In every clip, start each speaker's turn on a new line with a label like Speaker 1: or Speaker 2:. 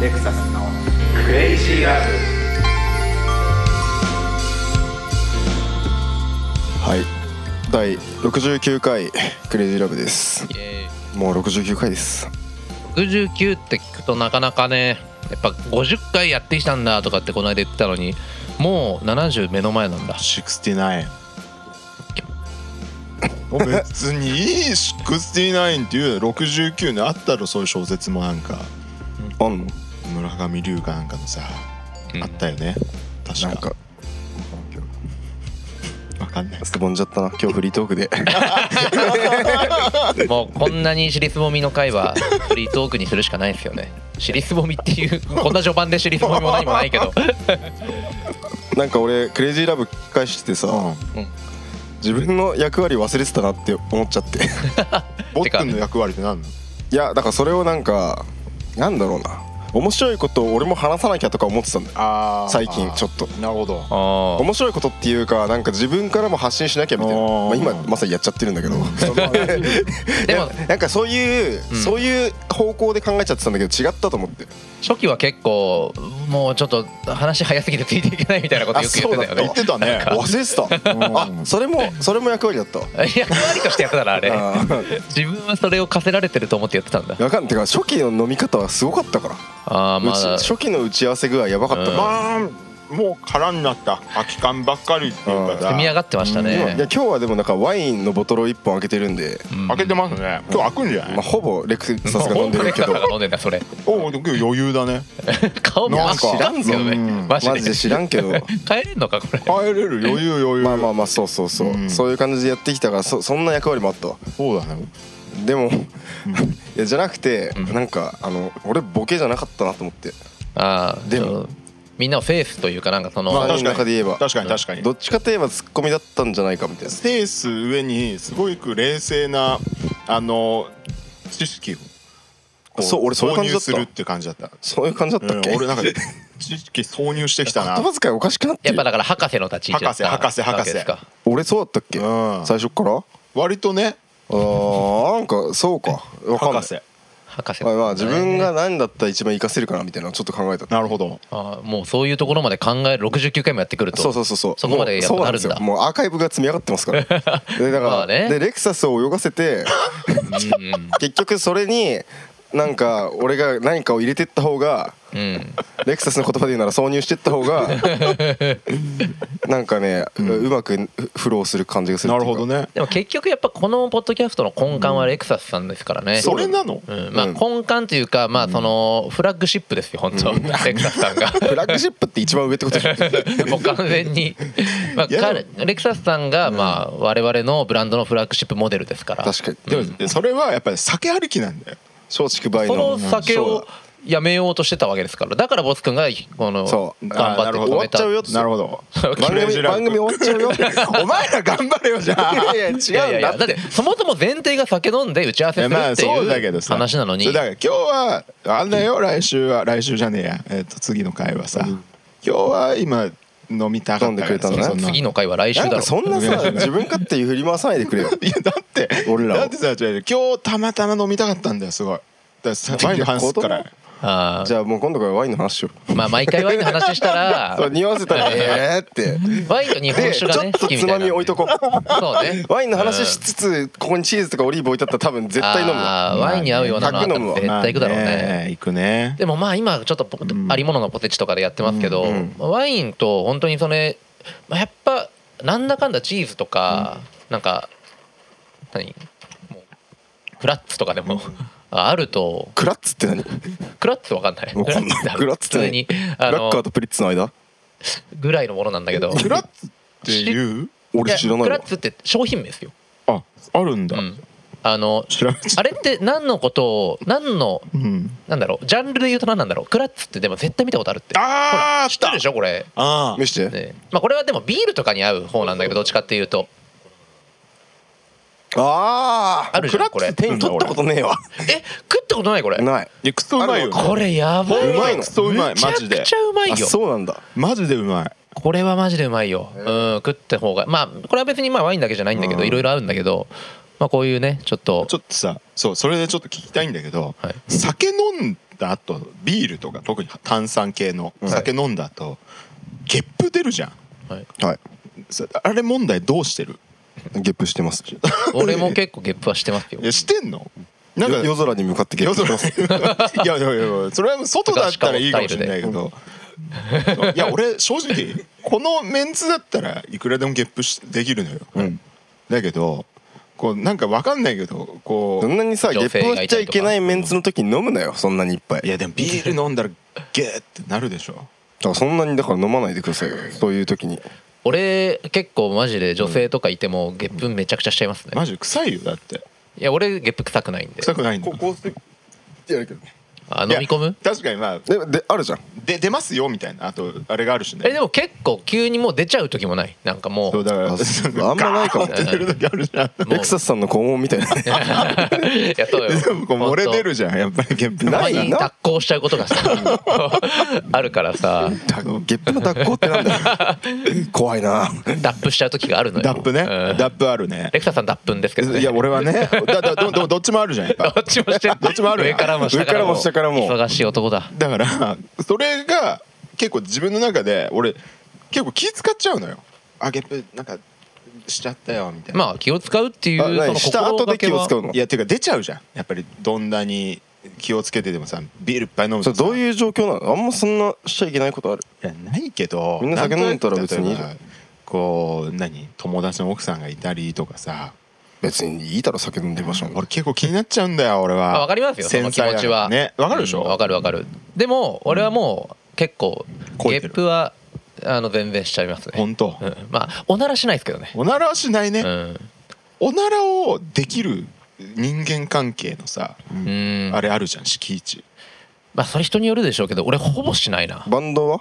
Speaker 1: レクサスの
Speaker 2: クレイジーラブ
Speaker 3: はい第69回クレイジーラブですもう69回です
Speaker 4: 69って聞くとなかなかねやっぱ50回やってきたんだとかってこの間言ってたのにもう70目の前な んだ
Speaker 5: 69別にいい69っていうより69にあったろそういう小説もなんか
Speaker 3: あんの
Speaker 5: 村上龍かなんかのさ、
Speaker 4: うん
Speaker 5: あったよね確か
Speaker 3: なんか
Speaker 5: わかんない
Speaker 3: すぼんじゃったな今日フリートークで
Speaker 4: もうこんなに尻すぼみの回はフリートークにするしかないですよね尻すぼみっていうこんな序盤で尻すぼみも何もないけど
Speaker 3: なんか俺クレイジーラブ聞き返しててさ、
Speaker 5: う
Speaker 3: 自分の役割忘れてたなって思っちゃって
Speaker 5: ボックンの役割って何なの
Speaker 3: いやだからそれをなんかなんだろうな面白いことを俺も話さなきゃとか思ってたんだよ
Speaker 5: あー
Speaker 3: 最近ちょっと
Speaker 5: なるほど
Speaker 4: あ
Speaker 3: 面白いことっていうかなんか自分からも発信しなきゃみたいな
Speaker 5: あー
Speaker 3: まあ、今まさにやっちゃってるんだけど
Speaker 4: あでも
Speaker 3: なんかそういう、
Speaker 4: うん
Speaker 3: そういう方向で考えちゃってたんだけど違ったと思って
Speaker 4: 初期は結構もうちょっと話早すぎてついていけないみたいなことよく言ってたよ
Speaker 3: あ
Speaker 4: ね
Speaker 5: 言ってたね
Speaker 3: 忘れてた、あそれもそれも役割だったわ
Speaker 4: 役割としてやってたなあれ
Speaker 3: あー
Speaker 4: 自分はそれを課せられてると思ってやってたんだ
Speaker 3: わかんてか初期の飲み方はすごかったから、
Speaker 4: ああま
Speaker 3: うち
Speaker 4: あ
Speaker 3: 初期の打ち合わせ具合やばかったから、
Speaker 5: まあもう空になった空き缶ばっかりっていうかさ
Speaker 4: 組み上がってました
Speaker 3: 今いや
Speaker 4: ね、
Speaker 3: 今日はでもなんかワインのボトルを1本開けてるんで、
Speaker 4: うん
Speaker 5: 開けてますね今日開くんじゃない、
Speaker 3: まあ、ほぼレクサスが飲んでるけど
Speaker 4: 本当にレクサスが飲んでんだそれ
Speaker 5: おお今日余裕だね
Speaker 4: 顔見
Speaker 3: なんか
Speaker 4: 知らんけどね
Speaker 5: うん
Speaker 4: マジ
Speaker 3: マジで
Speaker 4: で
Speaker 3: 知らんけど
Speaker 4: 帰れんのかこれ
Speaker 5: 帰れる余裕余裕
Speaker 3: まあまあまあそうそうそう、
Speaker 5: うん
Speaker 3: そういう感じでやってきたからそそんな役割もあったわ
Speaker 5: そうだね
Speaker 3: でもいやじゃなくて、
Speaker 4: うん
Speaker 3: なんかあの俺ボケじゃなかったなと思って
Speaker 4: ああ
Speaker 3: で
Speaker 4: で
Speaker 3: も
Speaker 4: もみんなをフェイスというかなんかその、
Speaker 5: まあ
Speaker 3: 3
Speaker 5: 確
Speaker 3: 人
Speaker 5: か
Speaker 3: の
Speaker 5: に
Speaker 3: 中で言えば
Speaker 5: 確かに確かに
Speaker 3: どっちかといえばツッコミだったんじゃないかみたいな
Speaker 5: スペース上にすごく冷静なあの知識をこ
Speaker 3: そう俺そういう感じだった
Speaker 5: 投入するっていう感じだった
Speaker 3: そういう感じだったっけ、
Speaker 5: うん俺なんか 知識挿入してきたな
Speaker 3: 言葉遣いおかしくなって
Speaker 4: やっ
Speaker 3: る
Speaker 4: ぱだから博士の立ち位置だった
Speaker 5: 博士博士博士
Speaker 4: わけですか
Speaker 3: 俺そうだったっけ、
Speaker 5: うん
Speaker 3: 最初っから
Speaker 5: 割とね
Speaker 3: あーなんかそうかわかんな
Speaker 5: 博
Speaker 3: い
Speaker 5: 士
Speaker 4: 博士
Speaker 3: まあまあ自分が何だったら一番活かせるかなみたいなのをちょっと考えた
Speaker 5: なるほど
Speaker 4: ああもうそういうところまで考える69回もやってくると
Speaker 3: そうそうそうそう
Speaker 4: そこまでやっ
Speaker 3: も
Speaker 4: ぱ
Speaker 3: うそうな
Speaker 4: なん
Speaker 3: で
Speaker 4: るん
Speaker 3: すよ
Speaker 4: だ
Speaker 3: もうアーカイブが積み上がってます からでだから、
Speaker 4: まあね
Speaker 3: でレクサスを泳がせて結局それになんか俺が何かを入れてった方が
Speaker 4: うん、うん、
Speaker 3: レクサスの言葉で言うなら挿入してった方 がなんかね、うまくフローする感じがするっ
Speaker 5: な
Speaker 3: て
Speaker 5: る
Speaker 3: いうか
Speaker 5: ほどね
Speaker 4: でも結局やっぱこのポッドキャストの根幹はレクサスさんですからね、
Speaker 5: それなの
Speaker 4: うん、まあ
Speaker 3: うん
Speaker 4: 根幹というかまあそのフラッグシップですよ本当、レクサスさんが
Speaker 3: フラッグシップって一番上ってこと でしょ
Speaker 4: もう完 全に、まあ、
Speaker 5: いや
Speaker 4: 彼レクサスさんがまあ我々のブランドのフラッグシップモデルですから
Speaker 3: 確かに
Speaker 5: でもでそれはやっぱり酒歩きなんだよ
Speaker 3: 松竹梅
Speaker 4: そ
Speaker 3: の
Speaker 4: の酒をやめようとしてたわけですからだからボス君がこの
Speaker 3: そう
Speaker 4: 頑張って
Speaker 5: あーなるほど
Speaker 4: 止めた
Speaker 3: 終わっちゃうよ
Speaker 5: なるほ ど
Speaker 3: 番組番組終わっちゃうよ
Speaker 5: お前ら頑張れよじゃあ
Speaker 3: いやい
Speaker 4: いや
Speaker 3: や
Speaker 4: い
Speaker 3: 違う
Speaker 4: や
Speaker 3: ん
Speaker 4: い
Speaker 3: だ
Speaker 4: や
Speaker 3: って
Speaker 4: だってそもそも前提が酒飲んで打ち合わせする
Speaker 5: まあ
Speaker 4: って
Speaker 5: そうだ
Speaker 4: い
Speaker 5: けど
Speaker 4: う
Speaker 5: さ
Speaker 4: 話なのに
Speaker 5: そうだから今日はあんだよ来週は来週じゃねえやえっと次の回はさ今日は今飲みたか
Speaker 3: 飲ん
Speaker 5: っ
Speaker 3: で
Speaker 5: た
Speaker 3: くれたのね
Speaker 5: そうそんな
Speaker 4: 次の回は来週
Speaker 3: な
Speaker 4: だ
Speaker 3: ん
Speaker 4: ろ
Speaker 3: かそんなさ自分勝手に振り回さないでくれよ
Speaker 5: いやだって
Speaker 3: 俺らを
Speaker 5: だってさ違う違う今日たまたま飲みたかったんだよすごいだからさ前の話すっか
Speaker 3: いや
Speaker 5: ら
Speaker 3: 子
Speaker 4: あ
Speaker 3: じゃあもう今度からワインの話しよう
Speaker 4: ーまあ毎回ワインの話した ら
Speaker 3: そう匂わせたらええって
Speaker 4: ワインと日本
Speaker 3: で
Speaker 4: 酒
Speaker 3: ちょ
Speaker 4: がね
Speaker 3: っ
Speaker 4: 好
Speaker 3: と
Speaker 4: きみ
Speaker 3: つ
Speaker 4: たい
Speaker 3: ま
Speaker 4: な
Speaker 3: み置いとこう
Speaker 4: そうね
Speaker 3: ワインの話しつつここにチーズとかオリーブ置いてあったら多分絶対飲むわ
Speaker 4: あーワインに合うようなのあった
Speaker 3: パック
Speaker 4: ら
Speaker 3: 飲むわ
Speaker 4: 絶対行くだろうね,、
Speaker 5: まあ行くね
Speaker 4: でもまあ今ちょっとポありもののポテチとかでやってますけど、
Speaker 3: うん
Speaker 4: ワインと本当にそれまあやっぱなんだかんだチーズとか、なんか何もうクラッツとかでもあると
Speaker 3: クラッツって何
Speaker 4: クラッツわかんない
Speaker 3: わかんないクラッツって
Speaker 4: 普
Speaker 3: 何
Speaker 4: 通にあ
Speaker 3: ラッカー
Speaker 4: の
Speaker 3: とプリッツの間
Speaker 4: ぐらいのものなんだけど
Speaker 5: クラッツっていう
Speaker 3: 俺知らない
Speaker 4: ク
Speaker 3: わ
Speaker 4: ラッツって商品名ですよ、
Speaker 5: ああるんだ、
Speaker 4: うん、あの
Speaker 5: 知らんち
Speaker 4: あれって何のことを何の
Speaker 5: うん
Speaker 4: なんだろうジャンルで言うと何なんだろうクラッツってでも絶対見たことあるってほ
Speaker 5: あ
Speaker 4: ら
Speaker 5: あ
Speaker 4: 知ってるでしょこれ
Speaker 5: あ
Speaker 3: 見して
Speaker 4: ねまあ、これはでもビールとかに合う方なんだけどどっちかっていうと
Speaker 3: ああ
Speaker 4: あるじゃんこれ
Speaker 3: 手に取ったことねえわ
Speaker 4: え食ったことないこれ
Speaker 3: ない
Speaker 5: いくそうまいよ
Speaker 4: これやばいよ
Speaker 5: うまい
Speaker 4: め
Speaker 5: のク
Speaker 4: ち
Speaker 5: ソうまいマ
Speaker 4: ゃ
Speaker 5: ジで
Speaker 4: くちゃうまい
Speaker 3: あ
Speaker 4: よ
Speaker 3: そうなんだ
Speaker 5: マジでうまい
Speaker 4: これはマジでうまいようん食った方がまあこれは別にまあワインだけじゃないんだけどいろいろあるんだけどままあ、こういうねちょっと
Speaker 5: ちょっとさそうそれでちょっと聞きたいんだけど、
Speaker 4: はい
Speaker 5: 酒飲んだ後ビールとか特に炭酸系の
Speaker 3: うん
Speaker 5: 酒飲んだ後、ゲップ出るじゃん
Speaker 4: はい、
Speaker 3: はい
Speaker 5: そあれ問題どうしてる
Speaker 3: ゲップしてます
Speaker 4: 俺も結構ゲップはしてますよ
Speaker 5: いやしてんのなんか
Speaker 3: よ夜空に向かってゲップしてます
Speaker 5: 夜空 いやいやいやそれは外だったらいいかもしれないけどいや俺正直このメンツだったらいくらでもゲップしできるのよ、
Speaker 3: うん
Speaker 5: だけどこうなんかわかんないけどこ
Speaker 3: そん
Speaker 5: う
Speaker 3: なにさゲ
Speaker 4: 女
Speaker 3: ッ
Speaker 4: 性
Speaker 3: プを
Speaker 4: が
Speaker 3: し
Speaker 4: い
Speaker 3: ち
Speaker 4: た
Speaker 3: ゃ
Speaker 4: り
Speaker 3: い
Speaker 4: とか
Speaker 3: けないメンツの時に飲むなよそんなにいっぱい
Speaker 5: いやでもビール飲んだらゲーってなるでしょ
Speaker 3: だからそんなにだから飲まないでくださいよそういう時に
Speaker 4: 俺結構マジで女性とかいてもゲップめちゃくちゃしちゃいますね、
Speaker 5: マジ臭いよだって
Speaker 4: いや俺ゲップ臭くないんで
Speaker 5: 臭くないんだ
Speaker 3: こうしてやるけどね
Speaker 4: あ飲み込
Speaker 5: いや
Speaker 4: む
Speaker 5: 確かにまあ
Speaker 3: でであるじゃん
Speaker 5: で出ますよみたいなあとあれがあるしね
Speaker 4: えでも結構急にもう出ちゃう時もないなんかも
Speaker 5: そう
Speaker 4: う
Speaker 5: だから
Speaker 3: あそうあんまないかも
Speaker 5: ガーって出る時あるじゃん
Speaker 4: もう
Speaker 3: レクサスさんの肛門みたいな
Speaker 4: い やそうよ
Speaker 5: でもこう漏れ出
Speaker 4: る
Speaker 5: るじゃんやっぱりゲッ プ
Speaker 3: な
Speaker 4: 前
Speaker 3: い
Speaker 4: に脱行しちゃうことがさ あるからさ
Speaker 3: だゲップの脱行ってなんだよ怖いな
Speaker 4: 脱布しちゃう時があるのよ
Speaker 5: ダップね
Speaker 4: うん
Speaker 5: ダップあるね
Speaker 4: レクサさん脱粉ですけど、ね、
Speaker 5: いや俺 はねだだどどどっちもあるじゃんやっ
Speaker 4: ど
Speaker 5: ぱ
Speaker 4: っちもしてる
Speaker 5: どっちもあるよ
Speaker 4: 上からも下
Speaker 3: 上か
Speaker 4: からら
Speaker 3: も
Speaker 4: も
Speaker 3: 下からも
Speaker 4: 忙しい男だ
Speaker 5: だからそれが結構自分の中で俺結構気使っちゃうのよあゲップなんかしちゃったよみたいな
Speaker 4: まあ気を使うっていう
Speaker 3: あ何
Speaker 4: その
Speaker 3: 下後
Speaker 4: 心
Speaker 3: で
Speaker 4: がけ
Speaker 3: 気を
Speaker 4: は
Speaker 3: 使うの
Speaker 5: いやてか出ちゃうじゃんやっぱりどんなに気をつけててもさビールいっぱい飲む
Speaker 3: そ
Speaker 5: と
Speaker 3: れどう
Speaker 5: う
Speaker 3: いう状況なのあんまそんなしちゃいけないことある
Speaker 5: いやないけど
Speaker 3: みんな酒飲んだら別に
Speaker 5: なんとなく例えばこう何友達の奥さんがいたりとかさ
Speaker 3: 別にいいだろ酒飲んでましょう
Speaker 5: 俺結構気になっちゃうんだよ俺は
Speaker 4: あわかりますよその気持ちは
Speaker 5: ねわかるでしょ、
Speaker 4: うんわかるわかるでも俺はもう結構
Speaker 5: 超
Speaker 4: ゲ
Speaker 5: えてる
Speaker 4: ップはあの全然しちゃいますね
Speaker 5: 本当
Speaker 4: うんまあおならしないですけどね
Speaker 5: おならはしないね、
Speaker 4: うん
Speaker 5: おならをできる人間関係のさ、
Speaker 4: うん
Speaker 5: あれあるじゃん敷地
Speaker 4: まあそれ人によるでしょうけど俺ほぼしないな
Speaker 3: バンドは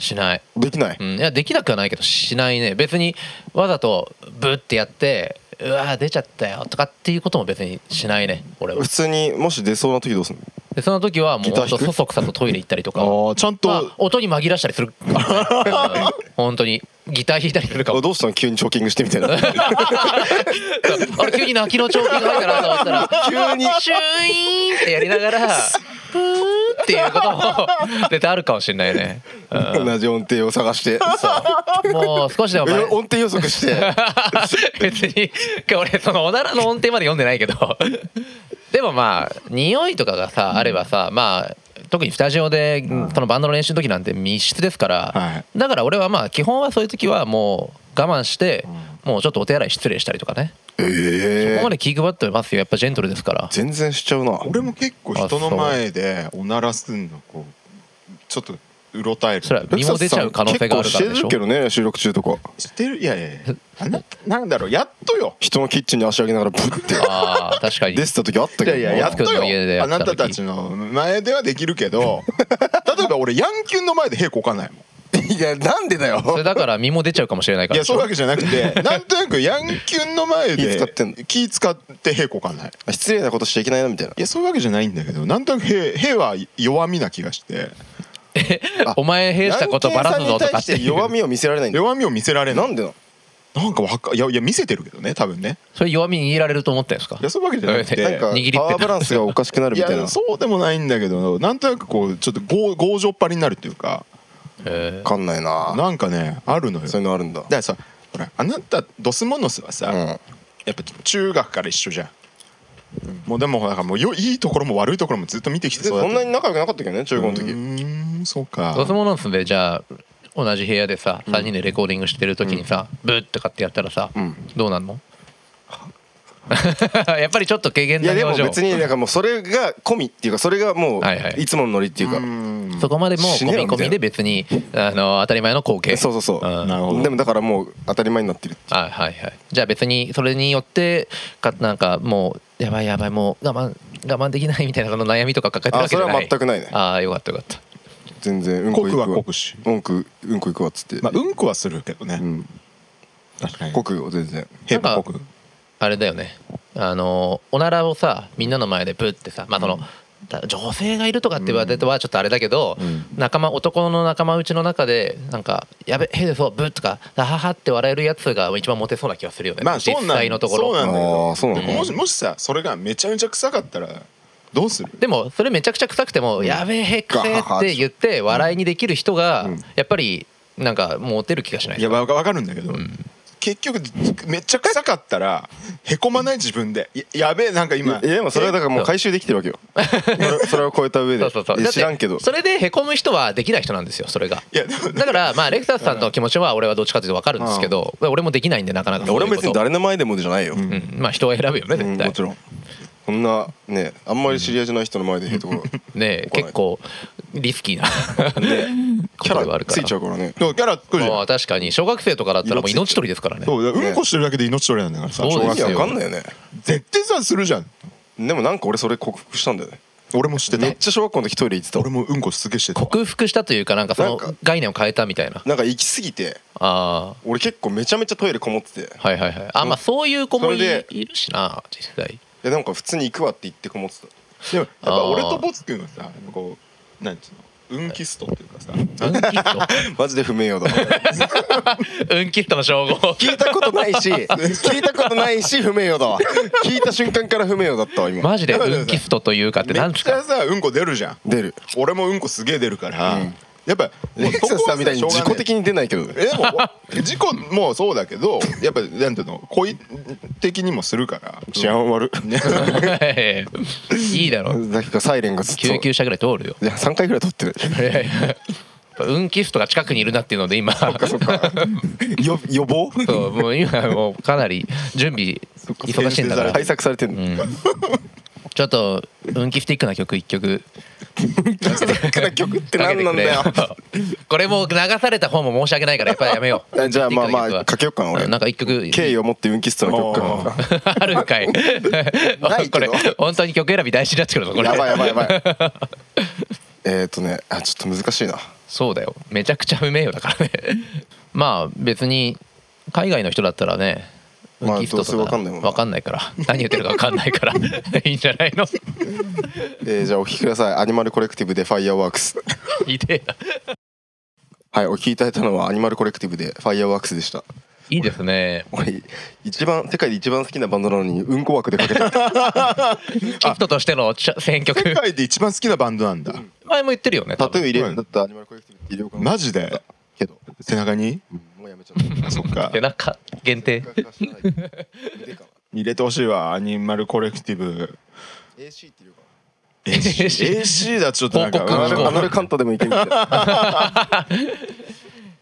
Speaker 4: しない
Speaker 3: できない
Speaker 4: うんいやできなくはないけどしないね別にわざとブッてやってうわー出ちゃったよとかっていうことも別にしないね俺は
Speaker 3: 普通にもし出そうな時どうすんの
Speaker 4: でその時はも
Speaker 3: ギ
Speaker 4: う
Speaker 3: ター
Speaker 4: ほ
Speaker 3: 弾
Speaker 4: ん
Speaker 3: く
Speaker 4: とそそくさとトイレ行ったりとか
Speaker 5: ああちゃんと、
Speaker 4: まあ、音に紛らしたりす る、うん、本当にギター弾いたりするか
Speaker 3: あ
Speaker 4: も
Speaker 3: どうしたの急にチョーキングしてみたいな
Speaker 4: あれ急に泣きの長期が入ったなと思ったら
Speaker 3: 急に
Speaker 4: シュイーンってやりな がらプーっていうことも 絶対あるかもしれない ね、うん
Speaker 3: 同じ音程を探して
Speaker 4: そうもう少しでも前
Speaker 3: え音程予測して
Speaker 4: 別に俺そのおならの音程まで読んでないけどでもまあ匂いとかがさあればさまあ特にスタジオでそのバンドの練習の時なんて密室ですから、
Speaker 5: はい
Speaker 4: だから俺はまあ基本はそういう時はもう我慢して、もうちょっとお手洗い失礼したりとかね、こ
Speaker 3: ええ
Speaker 4: こまで気配ってますよやっぱジェントルですから
Speaker 3: 全然しちゃうな
Speaker 5: 俺も結構人の前でおならすんのこうちょっとうろたえる
Speaker 4: それは身も出ちゃう可能性がある
Speaker 3: 結
Speaker 4: からでし
Speaker 3: 構
Speaker 4: ょ
Speaker 3: してるけどね収録中とか
Speaker 5: 知ってるいやいやいやあななんだろうやっとよ
Speaker 3: 人のキッチンに足上げながらブッて
Speaker 4: ああ確かに
Speaker 3: 出てた時あったけど
Speaker 5: いやいややっと
Speaker 4: 大津君の家で
Speaker 5: よ
Speaker 4: や
Speaker 5: あ
Speaker 4: ってた
Speaker 5: な
Speaker 4: 時
Speaker 5: たたちの前ではできるけど例えば俺ヤンキュンの前で屁こかないもん
Speaker 3: いやなんでだよ
Speaker 4: それだから身も出ちゃうかもしれないか
Speaker 5: い
Speaker 4: ら
Speaker 5: やそういうわけじゃなくてなんとなくヤンキュンの前で
Speaker 3: 気使ってんの
Speaker 5: 気使って屁こかない
Speaker 3: 失礼なことしちゃいけないなみたいない
Speaker 5: やそういうわけじゃないんだけどなんとなく屁屁は弱みな気がして
Speaker 4: お前弊したことバラすぞとかって
Speaker 3: ヤンキーさんに対して弱みを見せられないんだよ
Speaker 5: 弱みを見せられな
Speaker 3: ないんでなの
Speaker 5: なんかわかいやいや見せてるけどね多分ね
Speaker 4: それ弱み握られると思ったんですか
Speaker 5: いやそういうわけじゃなくて
Speaker 4: え
Speaker 3: なんか
Speaker 4: 握りって
Speaker 3: パワーバランスがおかしくなる
Speaker 5: い
Speaker 3: みたいな
Speaker 5: やそうでもないんだけどなんとなくこうちょっと強強情っぱりになるっていうか
Speaker 4: え
Speaker 3: わかんないな
Speaker 5: なんかねあるのよ
Speaker 3: そういう
Speaker 5: だか
Speaker 3: のあるんだ
Speaker 5: らさほらあなたドスモノスはさ、
Speaker 3: うん
Speaker 5: やっぱ中学から一緒じゃん、もうでもなんかもうよいいところも悪いところもずっと見てきて
Speaker 3: で
Speaker 5: そう
Speaker 3: そんな
Speaker 5: に
Speaker 3: に仲良くなかったけどね中高の
Speaker 5: う
Speaker 3: 時
Speaker 5: ーんそう
Speaker 4: ー
Speaker 5: か
Speaker 4: ドスモノンスでじゃあ同じ部屋でさ3人でレコーディングしてる時にさ、ブッとかってやったらさ、どうなんの やっぱりちょっと軽減
Speaker 3: い
Speaker 4: な
Speaker 3: やでも
Speaker 4: 表情
Speaker 3: 別になんかもうそれが込みっていうかそれがも
Speaker 4: はいはいう
Speaker 3: いつものノリっていうか
Speaker 5: うーん
Speaker 4: そこまでもう
Speaker 3: 死ねよ
Speaker 4: 込
Speaker 3: み
Speaker 4: み
Speaker 3: たいな
Speaker 4: 込みで別にあの当たり前の光景
Speaker 3: そうそうそ
Speaker 4: ん
Speaker 5: なるほど
Speaker 3: うでもだからもう当たり前になってるって
Speaker 4: はいはいはいじゃあ別にそれによってかなんかもうやばいやばいもう我慢我慢できないみたいなその悩みとか抱えてるわけじゃない
Speaker 3: あそれは全くないね
Speaker 4: ああよかったよかった
Speaker 3: 全然うんこ
Speaker 5: 国
Speaker 3: 行
Speaker 5: は
Speaker 3: くわ
Speaker 5: 国し、
Speaker 3: うんこうんこ行くわっつって
Speaker 5: まあ、うんこはするけどね、
Speaker 3: うん
Speaker 5: 確かに
Speaker 3: 国を全然
Speaker 5: 屁
Speaker 4: な
Speaker 5: も
Speaker 4: んか
Speaker 5: 国
Speaker 4: あれだよねあのおならをさみんなの前でブッてさまあその、た女性がいるとかって言われてはちょっとあれだけど、仲間男の仲間内の中でなんか「やべへでそうブッ」とか「あはは」って笑えるやつが一番モテそうな気がするよね、
Speaker 5: まあ
Speaker 4: 実
Speaker 5: そうなん
Speaker 4: 際のところ
Speaker 5: そうなんだけ
Speaker 3: あ
Speaker 5: ど
Speaker 3: ーそうなんだ
Speaker 5: でももしもしさそれがめちゃめちゃ臭かったらどうする
Speaker 4: でもそれめちゃくちゃ臭くても「やべえへっくせえ」って言って笑いにできる人がやっぱりなんかモテる気がしない
Speaker 5: いやわかわかるんだけど、結局めっちゃ臭かったらへこまない自分でややべえなんか今
Speaker 3: いやでもそれはだからもう回収できてるわけ よそれそれを超えた上
Speaker 4: そ
Speaker 3: で
Speaker 4: うそうそう
Speaker 3: いや
Speaker 4: だって
Speaker 3: 知らんけど
Speaker 4: それでへこむ人はできない人なんですよそれが
Speaker 5: いやでも
Speaker 4: だからまあレクサスさんの気持ちは俺はどっちかというと分かるんですけど俺もできないんでなかなかそういう
Speaker 3: 俺
Speaker 4: こと
Speaker 3: も別に誰の前でもじゃないよ、うん
Speaker 4: うんまあ人を選ぶよね絶対
Speaker 3: もちろんこんなねあんまり知り合いじゃない人の前で へとこ
Speaker 4: ねえ
Speaker 3: 来ない
Speaker 4: 結構リスキーなこ
Speaker 3: キャ
Speaker 4: とではあ
Speaker 3: ラ
Speaker 4: るか
Speaker 3: つい
Speaker 4: ら
Speaker 3: ちゃうからね
Speaker 5: でもキャラ作るじゃ ん
Speaker 4: まあ確かに小学生とかだったらもう命取りですからね
Speaker 5: そうだからうんこしてるだけで命取れなんだからさ
Speaker 4: そう
Speaker 3: 意
Speaker 4: です
Speaker 3: 味
Speaker 4: よ
Speaker 3: わかんないよね
Speaker 5: 絶対さするじゃん
Speaker 3: でもなんか俺それ克服したんだよね
Speaker 5: 俺もしてた
Speaker 3: めっちゃ小学校の時トイレ行ってた
Speaker 5: 俺もうんこすげえしてた
Speaker 4: 克服したというかなんかその
Speaker 3: なんか
Speaker 4: 概念を変えたみたいな
Speaker 3: なんか行き過ぎて
Speaker 4: あ
Speaker 3: 俺結構めちゃめちゃトイレこもっててい
Speaker 4: あはいはいはいあまあそういう子もい
Speaker 3: それで
Speaker 4: いるしな実際
Speaker 3: やなんか普通に行くわって言ってこも ってた
Speaker 5: でもやっぱ俺とボツ君はさこうなんつうのうんキストっていうかさ
Speaker 4: うんキット
Speaker 3: マジで不名誉だな
Speaker 4: うんキットの称号
Speaker 3: 聞いたことない し聞いたことないし不名誉だわ聞いた瞬間から不名誉だったわ今
Speaker 4: マジでうんキットというかって
Speaker 5: め
Speaker 4: な
Speaker 5: っ
Speaker 4: んです
Speaker 5: ちゃ
Speaker 4: か
Speaker 5: さうんこ出るじゃん
Speaker 3: 出る
Speaker 5: 俺もうんこすげえ出るから、
Speaker 3: うん
Speaker 5: やっぱ
Speaker 3: レクサスさんみたいに自己
Speaker 5: に
Speaker 3: 的に出ないけどね
Speaker 5: えでも事故もそうだけどやっぱなんていうの恋的にもするから
Speaker 3: 治安悪
Speaker 4: いいだろ
Speaker 3: だけどサイレンがずっと
Speaker 4: 救急車ぐらい通るよ
Speaker 3: いや3回ぐらい撮 ってる
Speaker 4: いやいやうんキットが近くにいるなっていうので今
Speaker 3: よ予防
Speaker 4: そうもう今もうかなり準備忙しいんだから
Speaker 3: 対策されてるの、
Speaker 4: ちょっと運気スティックな曲一曲
Speaker 3: 曲って
Speaker 4: かけ
Speaker 3: 何
Speaker 4: て
Speaker 3: なん
Speaker 4: く
Speaker 3: だ
Speaker 4: れよ
Speaker 3: よ
Speaker 4: これもう流された方も申し訳ないからやっぱりやめよ う
Speaker 3: じゃあまあまあ
Speaker 4: スティックな曲は
Speaker 3: かけようかな俺
Speaker 4: なんか一曲
Speaker 3: 敬意を持って運気質の曲
Speaker 5: あ
Speaker 3: か
Speaker 4: あるんか い
Speaker 3: ないけど
Speaker 4: これ本当に曲選び大事になってくるぞこ れ
Speaker 3: やばいやばいやば いえっとねあちょっと難しいな
Speaker 4: そうだよめちゃくちゃ不名誉だからね まあ別に海外の人だったらね
Speaker 3: まあ
Speaker 4: ギフトと
Speaker 3: どうせわかんないもんな
Speaker 4: わかんないから何言ってるかわかんな いからいいんじゃないの
Speaker 3: えーじゃあお聴きくださいアニマルコレクティブでファイヤーワークス
Speaker 4: いてえな
Speaker 3: はいお聴きいただいたのはアニマルコレクティブでファイヤーワークスでした
Speaker 4: いいですね
Speaker 3: 俺一番世界で一番好きなバンドなのにうんこ枠でかけてた
Speaker 4: ギフトとしてのちゃ 選曲
Speaker 5: 世界で一番好きなバンドなんだ
Speaker 4: 前も言ってるよね
Speaker 3: タトゥー入れ
Speaker 5: う
Speaker 3: る
Speaker 5: ん
Speaker 3: んだったらアニマルコレクティブって入れようかな
Speaker 5: マジで
Speaker 3: けど、
Speaker 5: 背中に
Speaker 3: うんもうやめ ちゃった
Speaker 5: あそっか
Speaker 4: 背中限定
Speaker 3: 格 化してないけど腕かな
Speaker 5: 入れてほしいわアニマルコレクティブ
Speaker 3: AC っていうか
Speaker 4: AC
Speaker 5: AC だとちょっとなんか
Speaker 4: 報 告
Speaker 3: ア
Speaker 4: そ
Speaker 3: ナ
Speaker 4: う
Speaker 3: ルアナルカントでもいけるみたいな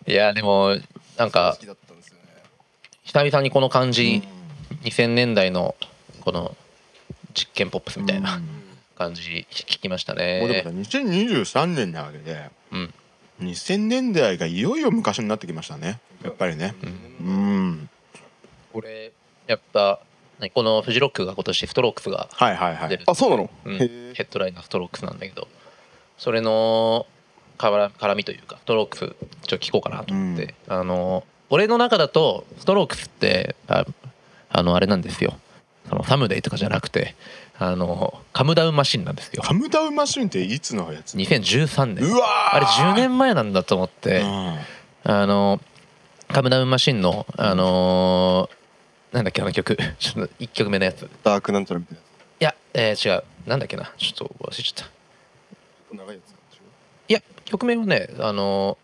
Speaker 4: いやでもなんか
Speaker 3: 好きだったんですよね
Speaker 4: 久々にこの感じ2000年代のこの実験ポップスみたいな感じ聞きました
Speaker 5: もうでも
Speaker 4: ね
Speaker 5: さ2023年なわけで
Speaker 4: うん
Speaker 5: 2000年代がいよいよ昔になってきましたねやっぱりねうん
Speaker 4: これやっぱねこのフジロックが今年ストロークスが
Speaker 5: はいはいは
Speaker 4: 出
Speaker 5: い
Speaker 4: る
Speaker 3: あそうなの
Speaker 4: うん、
Speaker 3: へ
Speaker 4: ヘ
Speaker 3: ー
Speaker 4: ッドラインがストロークスなんだけどそれのから絡みというかストロークスちょっと聞こうかなと思って、あの俺の中だとストロークスってああのあれなんですよそのサムデイとかじゃなくてあのカムダウンマシンなんですよ
Speaker 5: カムダウンマシンっていつのやつ
Speaker 4: 2013年
Speaker 5: うわー
Speaker 4: あれ10年前なんだと思って、あのカムダウンマシンのあのーなんだっけあの曲ちょっと1曲目のやつい
Speaker 3: ダークなんちゃらみたい
Speaker 4: や、えー違うなんだっけなちょっと忘れちゃった
Speaker 3: な長いやつ
Speaker 4: いや曲名はねあの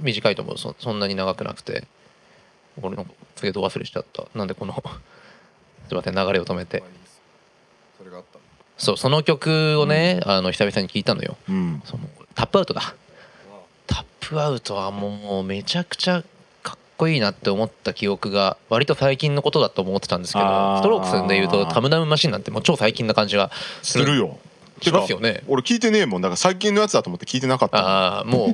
Speaker 4: 短いと思うそそんなに長くなくて俺のフェード忘れしちゃったなんでこの すいません流れを止めて
Speaker 3: まあいいですそれがあった
Speaker 4: そうその曲をね、あの久々に聞いたのよ
Speaker 5: うん
Speaker 4: そのタップアウトだタップアウトはもうめちゃくちゃかっこいいなって思った記憶が割と最近のことだと思ってたんですけど
Speaker 5: あー
Speaker 4: ストロークスでいうとタムダムマシンなんてもう超最近な感じが
Speaker 5: するよ
Speaker 4: しますよね
Speaker 5: 俺聞いてねえもんだから最近のやつだと思って聞いてなかったもん
Speaker 4: ああもう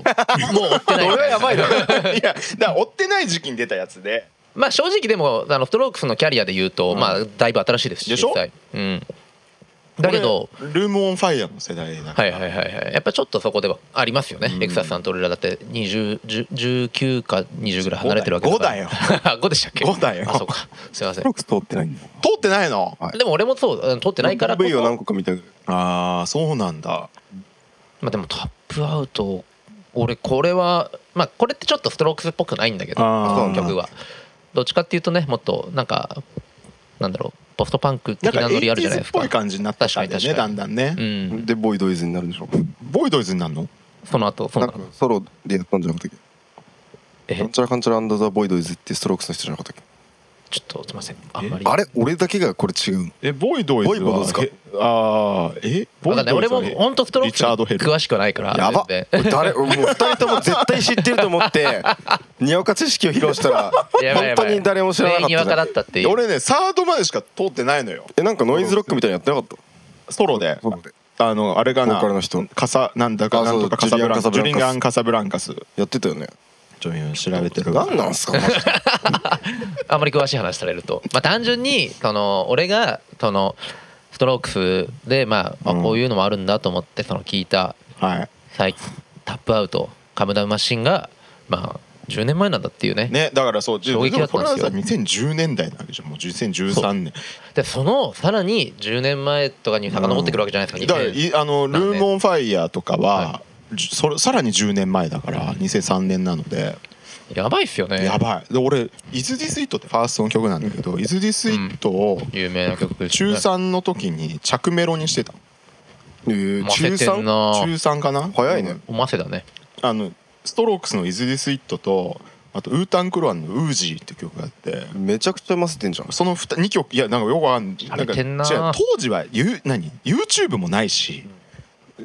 Speaker 4: もう追ってない
Speaker 5: 俺はやばいだろいやだから追ってない時期に出たやつで
Speaker 4: まあ正直でもあのストロークスのキャリアで言うと、まあだいぶ新しいですし
Speaker 5: でしょ
Speaker 4: 実際うんだけど
Speaker 5: 俺ルームオンファイヤーの世代だか
Speaker 4: は
Speaker 5: ら、
Speaker 4: いはいはいはいやっぱちょっとそこではありますよね、エクサスさんと俺らだって20 10 19か20ぐらい離れてるわけ
Speaker 5: 5
Speaker 4: よ5でしたっけ
Speaker 5: 5だよ
Speaker 4: あそうかすいません
Speaker 3: ロックス通ってないんだ
Speaker 5: 通ってないの
Speaker 3: はい
Speaker 4: でも俺もそううん撮ってないからこ
Speaker 3: V を
Speaker 4: そ
Speaker 3: 何個か見たぐらい
Speaker 5: ああそうなんだ
Speaker 4: まあでもタップアウト俺これはまあこれってちょっとストロークスっぽくないんだけど
Speaker 5: あー
Speaker 4: この曲はどっちかっていうとねもっとなんかなんだろうポストパンク
Speaker 5: なん
Speaker 4: 的
Speaker 5: か
Speaker 4: なノリあるじゃない
Speaker 5: 80s
Speaker 4: で
Speaker 5: っ
Speaker 4: すか
Speaker 5: ぽい感じになったんだ
Speaker 4: 確
Speaker 5: よ
Speaker 4: か
Speaker 5: ね
Speaker 4: に確か
Speaker 5: だ
Speaker 4: に
Speaker 5: んだんね、
Speaker 4: うん
Speaker 3: でボーイドイズになるんでしょ
Speaker 5: ボーイドイズになるの
Speaker 4: その後そう
Speaker 3: な
Speaker 4: なんの
Speaker 3: かソロでやったんじゃなかったっけ
Speaker 4: え
Speaker 3: なんちゃらかんちゃらアンダーザボイドイズってストロークスの人じゃなかったっ
Speaker 4: ちょっとすいませんあんまり
Speaker 3: けあれ俺だけがこれ違うの
Speaker 5: えボイドイズ
Speaker 3: ボ
Speaker 5: は
Speaker 3: イボードですか
Speaker 5: へああえボ
Speaker 4: わか
Speaker 5: イド
Speaker 4: んな
Speaker 5: イ
Speaker 4: い
Speaker 5: ズは
Speaker 4: 俺も本当ストローク
Speaker 5: リチャードヘル
Speaker 4: 詳しくはないから
Speaker 3: やば
Speaker 4: 全
Speaker 3: これ誰もう2人とも絶対知ってると思 ってにわか知識を披露したら
Speaker 4: 然やばい や
Speaker 3: 本
Speaker 4: ばい
Speaker 3: 当に誰も知らなか
Speaker 4: 全員にわかだ
Speaker 3: った
Speaker 4: ったっていう
Speaker 5: 俺ねサードまでしか通ってないのよ
Speaker 3: えなんかノイズロックみたいなのやってなかった
Speaker 5: ソロで
Speaker 3: ソロで
Speaker 5: あのあれが
Speaker 3: ボ
Speaker 5: な
Speaker 3: ーカルの人
Speaker 5: カサなんだか
Speaker 3: あ
Speaker 5: なん
Speaker 3: そう
Speaker 5: とかカサブランカジ
Speaker 3: ジ
Speaker 5: ュ
Speaker 3: ュ
Speaker 5: リ
Speaker 3: リ
Speaker 5: ン
Speaker 3: ン
Speaker 5: ガ
Speaker 3: ガ
Speaker 5: ン
Speaker 3: ン
Speaker 5: カサブランカス
Speaker 3: やってたよね
Speaker 5: ちょい調べてるわ
Speaker 3: 何なんすかマジで
Speaker 4: あんまり詳しい話されると、まあ、単純にその俺がそのストロークスで、まあ、あ
Speaker 5: うん
Speaker 4: こういうのもあるんだと思ってその聞いた
Speaker 5: は
Speaker 4: 最タップアウトカムダウンマシンが、まあ、10年前なんだっていうね
Speaker 5: いねだからそうで
Speaker 4: 衝撃だ
Speaker 5: も
Speaker 4: った
Speaker 5: こ
Speaker 4: ん
Speaker 5: れ
Speaker 4: で
Speaker 5: は
Speaker 4: すよ
Speaker 5: さ2010年代なわけじゃんもう2013年
Speaker 4: でそのさらに10年前とかに遡ってくるわけじゃないです
Speaker 5: だ
Speaker 4: か、
Speaker 5: から
Speaker 4: 2000
Speaker 5: いあのルームオンファイヤーとか
Speaker 4: は
Speaker 5: はじゅそれさらに10年前だから2003年なので
Speaker 4: やばいっすよね
Speaker 5: やばいで俺「イズ・ディス・イット」ってファーストの曲なんだけど「イズ・ディス・イット」を
Speaker 4: 有名な曲ですね
Speaker 5: 中3の時に着メロにしてた
Speaker 3: えー
Speaker 4: まあ
Speaker 3: 中
Speaker 4: てんな
Speaker 3: 3
Speaker 4: あー
Speaker 5: 中3かな
Speaker 3: 早いね
Speaker 4: おませだね
Speaker 5: あのストロークスの「イズ・ディス・イット」とあとウータン・クロアンの「ウージー」って曲があって
Speaker 3: めちゃくちゃませてんじゃん
Speaker 5: その 2, 二曲いやなんかよくわかんないん
Speaker 4: 食べ
Speaker 5: か
Speaker 4: てんな
Speaker 5: 違う当時はゆ何 YouTube もないし